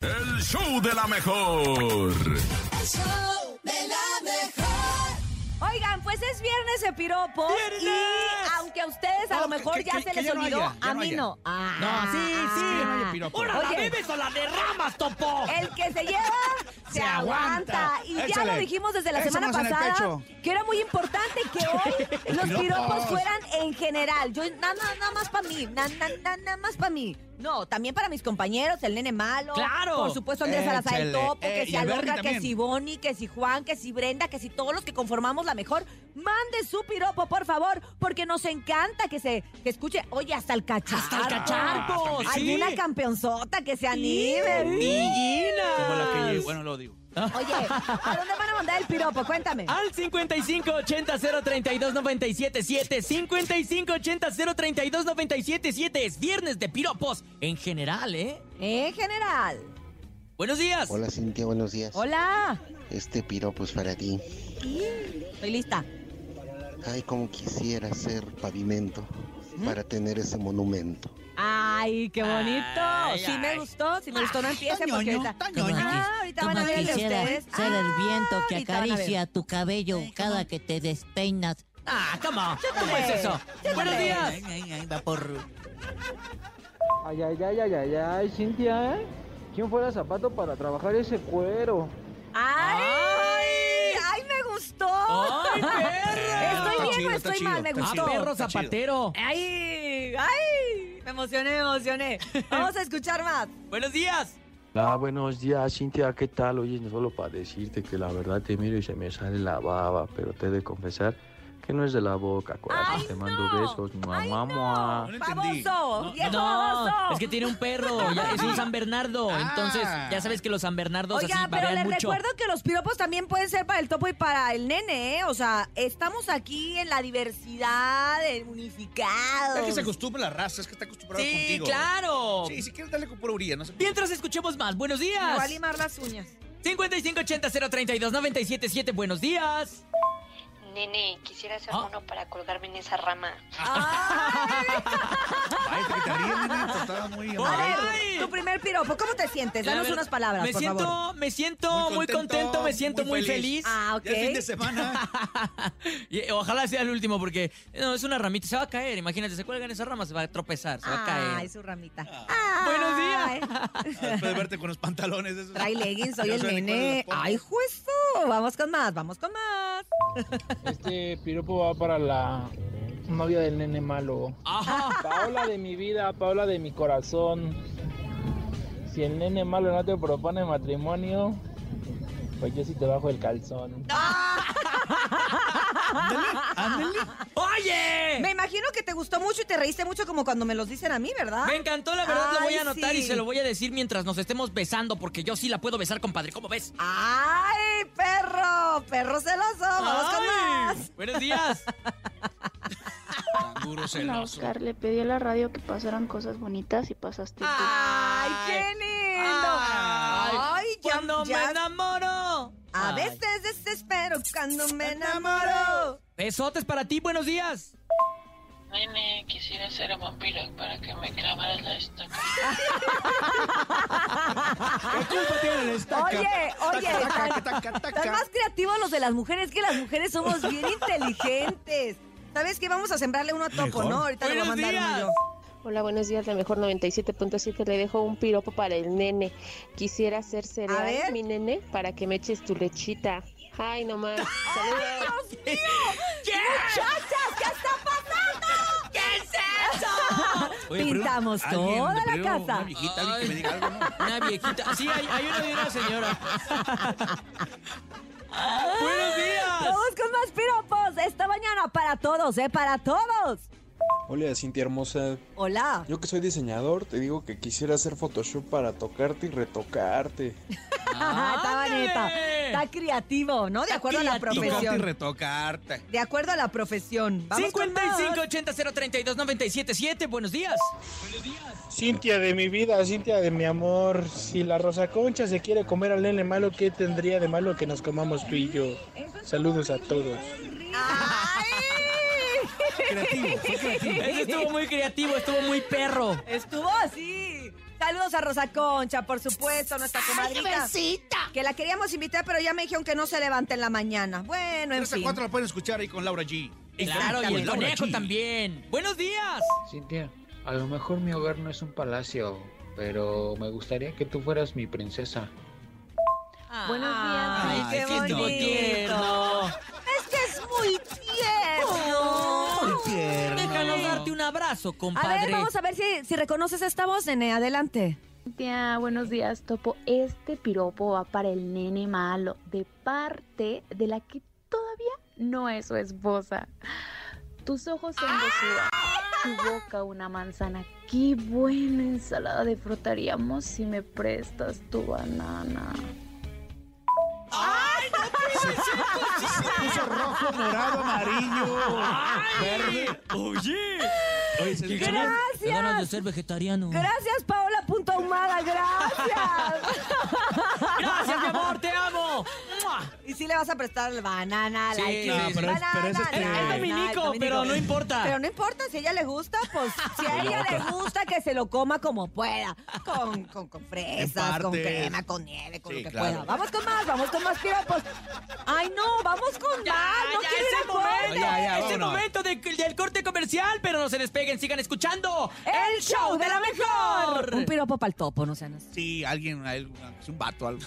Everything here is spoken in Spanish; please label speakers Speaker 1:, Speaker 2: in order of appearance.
Speaker 1: el show de la mejor.
Speaker 2: El show de la mejor.
Speaker 3: Oigan, pues es viernes de piropo.
Speaker 4: ¡Viernes!
Speaker 3: Y aunque a ustedes a
Speaker 4: No,
Speaker 3: lo mejor
Speaker 4: que-
Speaker 3: ya
Speaker 4: que-
Speaker 3: se
Speaker 4: que
Speaker 3: les
Speaker 4: ya no
Speaker 3: olvidó,
Speaker 4: haya, ya
Speaker 3: a
Speaker 4: no
Speaker 3: mí
Speaker 4: haya.
Speaker 3: no. Ah.
Speaker 4: No, sí, sí. ¡Una la
Speaker 3: Oye.
Speaker 4: bebes o la derramas, topo!
Speaker 3: El que se lleva se
Speaker 4: Se aguanta.
Speaker 3: aguanta. Y ya
Speaker 4: Échale.
Speaker 3: lo dijimos desde la
Speaker 4: Eso
Speaker 3: semana
Speaker 4: más en el
Speaker 3: pasada
Speaker 4: pecho.
Speaker 3: que era muy importante que hoy los
Speaker 4: Piropos.
Speaker 3: piropos fueran en general. Yo nada más para mí, na- na- na- nada más para mí. No, también para mis compañeros, el nene malo.
Speaker 4: ¡Claro!
Speaker 3: Por supuesto, Andrés Salazar el
Speaker 4: Échale.
Speaker 3: topo,
Speaker 4: Eh,
Speaker 3: que
Speaker 4: y
Speaker 3: si
Speaker 4: el Berry
Speaker 3: Alondra, que
Speaker 4: también.
Speaker 3: si Bonnie, que si Juan, que si Brenda, que si todos los que conformamos la mejor. Mande su piropo, por favor, porque nos encanta que se que escuche. Oye, hasta el cacharro. Ah,
Speaker 4: ¡Hasta el cacharpo! sí.
Speaker 3: Alguna campeonzota que se
Speaker 4: Sí,
Speaker 3: anime.
Speaker 4: niñinas.
Speaker 5: Como la que lle- Bueno, lo digo.
Speaker 3: Oye, ¿a dónde van a mandar el piropo? Cuéntame.
Speaker 4: Al 5580-032-977. 5580-032-977. Es viernes de piropos en general, ¿eh?
Speaker 3: En general.
Speaker 4: Buenos días.
Speaker 6: Hola Cintia, buenos días.
Speaker 3: Hola.
Speaker 6: Este piropo es para ti.
Speaker 3: Estoy lista.
Speaker 6: Ay, como quisiera ser pavimento para tener ese monumento.
Speaker 3: Ay, qué bonito.
Speaker 4: Ay,
Speaker 3: sí me
Speaker 4: ay.
Speaker 3: gustó, sí me gustó. No empiecen porque
Speaker 7: ñoño,
Speaker 3: ahorita...
Speaker 7: tan
Speaker 5: ñoño.
Speaker 3: Ah, ahorita van a
Speaker 7: Como
Speaker 3: ver el de
Speaker 7: quisiera
Speaker 3: ustedes.
Speaker 7: ser el
Speaker 3: Ah,
Speaker 7: viento que
Speaker 3: ahorita van a ver.
Speaker 7: acaricia tu cabello
Speaker 5: Ay,
Speaker 7: cada
Speaker 5: cómo-
Speaker 7: que te despeinas.
Speaker 4: Ah, come on. ¿Cómo
Speaker 3: Siéntame.
Speaker 4: es eso?
Speaker 3: Siéntame.
Speaker 4: Buenos días.
Speaker 5: Ay, ay, ay, va por...
Speaker 8: Ay, ay, ay, ay, ay, ay, Cintia, ¿eh? ¿Quién fuera zapato para trabajar ese cuero?
Speaker 3: Ay, ay, me gustó.
Speaker 4: ¡Ay, perro!
Speaker 3: Estoy bien
Speaker 5: chido,
Speaker 3: o
Speaker 5: está
Speaker 3: estoy
Speaker 5: chido,
Speaker 3: mal, me
Speaker 5: está
Speaker 4: ¡Ah,
Speaker 3: gustó.
Speaker 4: perro
Speaker 5: Está chido.
Speaker 4: zapatero!
Speaker 3: Ay, ay. Me emocioné, me emocioné. Vamos a escuchar más.
Speaker 4: Buenos días.
Speaker 9: Ah, buenos días, Cintia, ¿qué tal? Oye, no solo para decirte que la verdad te miro y se me sale la baba, pero te he de confesar que no es de la boca,
Speaker 3: Ay,
Speaker 9: corazón, te mando
Speaker 3: no.
Speaker 9: besos, mua,
Speaker 3: Ay,
Speaker 9: mua,
Speaker 3: no.
Speaker 9: mua.
Speaker 5: No entendí.
Speaker 3: Baboso,
Speaker 4: No,
Speaker 3: viejo
Speaker 4: no,
Speaker 3: baboso.
Speaker 4: es que tiene un perro, ya- es un San Bernardo.
Speaker 5: Ah.
Speaker 4: Entonces, ya sabes que los San Bernardos
Speaker 3: Oiga,
Speaker 4: así
Speaker 3: pero
Speaker 4: babean
Speaker 3: les
Speaker 4: mucho.
Speaker 3: recuerdo que los piropos también pueden ser para el topo y para el nene, ¿eh? O sea, estamos aquí en la diversidad, en unificados.
Speaker 5: Es que se acostumbra la raza, es que está acostumbrada
Speaker 4: Sí,
Speaker 5: contigo.
Speaker 4: claro.
Speaker 5: Sí, si quieres dale con pura orilla, no se
Speaker 4: Mientras escuchemos más, buenos
Speaker 3: Me voy a
Speaker 4: días.
Speaker 3: limar las uñas.
Speaker 4: 5580-032-977, buenos días.
Speaker 10: Nene, quisiera ser
Speaker 4: Ah.
Speaker 10: mono para colgarme en esa rama.
Speaker 3: Ay,
Speaker 5: Ay, que te ríes, nene, tú estabas muy
Speaker 3: a
Speaker 5: amable.
Speaker 4: Ay.
Speaker 3: ver, tu primer piropo, ¿cómo te sientes?
Speaker 4: La
Speaker 3: Danos
Speaker 4: verdad,
Speaker 3: unas palabras,
Speaker 4: me
Speaker 3: por
Speaker 4: siento,
Speaker 3: favor.
Speaker 4: Me siento muy
Speaker 5: Muy
Speaker 4: contento,
Speaker 5: contento,
Speaker 4: me siento muy
Speaker 5: muy
Speaker 4: feliz.
Speaker 5: feliz.
Speaker 3: Ah, ok.
Speaker 5: Ya es fin de semana.
Speaker 4: Y eh, ojalá sea el último porque no, es una ramita, se va a caer, imagínate, se cuelga en esa rama, se va a tropezar, se va a
Speaker 3: Ay,
Speaker 4: caer. Ah.
Speaker 3: su ramita.
Speaker 4: Buenos
Speaker 3: Ay,
Speaker 5: Después de verte con los pantalones. esos.
Speaker 3: Trae leggings, soy
Speaker 5: Ya
Speaker 3: el
Speaker 5: saben ni cuáles
Speaker 3: nene.
Speaker 5: los pongo.
Speaker 3: Ay, justo. Vamos con más, vamos con más.
Speaker 8: Este piropo va para la novia del nene malo.
Speaker 4: Ajá.
Speaker 8: Paola de mi vida, Paola de mi corazón. Si el nene malo no te propone matrimonio, pues yo sí te bajo el calzón.
Speaker 4: ¡Oye!
Speaker 3: Me
Speaker 4: Me,
Speaker 3: imagino que te gustó mucho y te reíste mucho como cuando me los dicen a mí, ¿verdad?
Speaker 4: encantó, la verdad, lo
Speaker 3: Ay,
Speaker 4: voy a anotar y
Speaker 3: sí.
Speaker 4: se lo voy a decir mientras nos estemos besando porque yo sí la puedo besar, compadre, ¿cómo ves?
Speaker 3: ¡Ay, perro! ¡Perro celoso! ¡Vamos con
Speaker 4: Ay,
Speaker 3: más!
Speaker 4: Buenos días.
Speaker 5: Canguro celoso.
Speaker 10: le pedí a la radio que pasaran cosas bonitas y pasaste
Speaker 3: ¡Ay, qué lindo!
Speaker 4: Ay,
Speaker 3: ¡Ay, ya,
Speaker 4: cuando me
Speaker 3: ya-
Speaker 4: enamoro.
Speaker 3: A
Speaker 4: Ay.
Speaker 3: veces desespero cuando me enamoro.
Speaker 4: Besotes para ti, buenos días.
Speaker 10: Nene, quisiera ser un vampiro para que me clavaras la estaca.
Speaker 5: ¿Qué culpa tiene el estaca?
Speaker 3: Oye, oye,
Speaker 5: Taca,
Speaker 3: tan-
Speaker 5: taca, taca, taca.
Speaker 3: Están más creativos los de las mujeres que las mujeres somos bien inteligentes. ¿Sabes qué? Vamos a sembrarle uno a Topo, ¿no? Ahorita le voy a
Speaker 4: Buenos
Speaker 3: mandar uno
Speaker 4: días.
Speaker 3: yo.
Speaker 10: Hola, buenos días, la mejor 97.7. Le dejo un piropo para el nene. Quisiera
Speaker 3: A
Speaker 10: ser
Speaker 3: ver.
Speaker 10: cereal, mi nene, para que me eches tu lechita. Ay, nomás. Saludos.
Speaker 3: ¡Muchachas, qué está pasando! ¿Qué es eso?
Speaker 5: Oye,
Speaker 3: Pintamos
Speaker 5: pero alguien,
Speaker 3: toda la
Speaker 5: pero
Speaker 3: casa.
Speaker 5: Una viejita, alguien que me diga algo, ¿no?
Speaker 4: Una viejita. Sí, hay, hay una de una señora. buenos días.
Speaker 3: Vamos con más piropos esta mañana para todos, ¿eh? Para todos.
Speaker 11: Hola Cintia hermosa,
Speaker 3: Hola.
Speaker 11: yo que soy diseñador te digo que quisiera hacer Photoshop para tocarte y retocarte.
Speaker 3: está bonito.
Speaker 4: Ándale.
Speaker 3: Está creativo, ¿no? De acuerdo a la
Speaker 4: creativo.
Speaker 5: Tocarte y
Speaker 3: profesión.
Speaker 5: retocarte.
Speaker 3: De acuerdo a la profesión. Vamos con más.
Speaker 4: 5580-032-977, buenos días.
Speaker 8: Cintia de mi vida, Cintia de mi amor. Si la Rosa Concha se quiere comer al nene malo, ¿qué tendría de malo que nos comamos tú y yo? Saludos a todos.
Speaker 3: ¡Ay!
Speaker 5: Creativo, fue creativo.
Speaker 4: Ese estuvo muy creativo, estuvo muy perro.
Speaker 3: Estuvo así. Saludos a Rosa Concha, por supuesto, nuestra comadrita. Que la queríamos invitar, pero ya me dijeron que no se levanta en la mañana. Bueno, en
Speaker 5: Tres a
Speaker 3: fin.
Speaker 5: cuatro la pueden escuchar ahí con Laura G.
Speaker 4: Claro, y el
Speaker 5: Laura
Speaker 4: conejo
Speaker 5: G.
Speaker 4: también. ¡Buenos días!
Speaker 12: Cintia, a lo mejor mi hogar no es un palacio, pero me gustaría que tú fueras mi princesa.
Speaker 3: Buenos
Speaker 4: Ay,
Speaker 3: días, qué
Speaker 4: es que es todo
Speaker 3: bonito.
Speaker 4: tierno.
Speaker 3: Es que es muy tierno.
Speaker 4: Déjanos darte un abrazo,
Speaker 3: A
Speaker 4: compadre.
Speaker 3: ver, vamos a ver si, si reconoces esta voz, nene. Adelante.
Speaker 13: Cintia, buenos días, Topo. Este piropo va para el nene malo, de parte de la que todavía no es su esposa. Tus ojos son de suda, tu boca una manzana. Qué buena ensalada de disfrutaríamos si me prestas tu banana.
Speaker 5: Se puso rojo, morado, amarillo, verde.
Speaker 4: Oye.
Speaker 3: qué ganas- Gracias. qué ganas de
Speaker 4: ser vegetariano.
Speaker 3: Gracias, Paola Punto Ahumada, gracias.
Speaker 4: Gracias, mi amor, te amo.
Speaker 3: Y si le vas a prestar la banana,
Speaker 4: Sí,
Speaker 3: la
Speaker 4: no, pero es- pero es este- Es dominico, pero no importa.
Speaker 3: Pero no importa, si a ella le gusta, pues si a ella le gusta que se lo coma como pueda. Con, con, con fresas,
Speaker 2: En
Speaker 3: con
Speaker 2: partes.
Speaker 3: crema, con nieve, con
Speaker 2: Sí,
Speaker 3: lo que
Speaker 2: claro.
Speaker 3: pueda. Vamos con más, vamos con más piropos. Ay, no, vamos con más. No
Speaker 4: Ah, ya,
Speaker 3: quiero ir
Speaker 4: es el
Speaker 3: al corte.
Speaker 4: momento,
Speaker 5: Ya, ya,
Speaker 4: es el
Speaker 5: vámonos.
Speaker 4: momento de- del corte comercial, pero no se despeguen, sigan escuchando
Speaker 3: El show de la mejor. Un
Speaker 4: mejor.
Speaker 3: piropo para el topo, no sean así.
Speaker 5: Sí, alguien, alguien, es un vato, algo.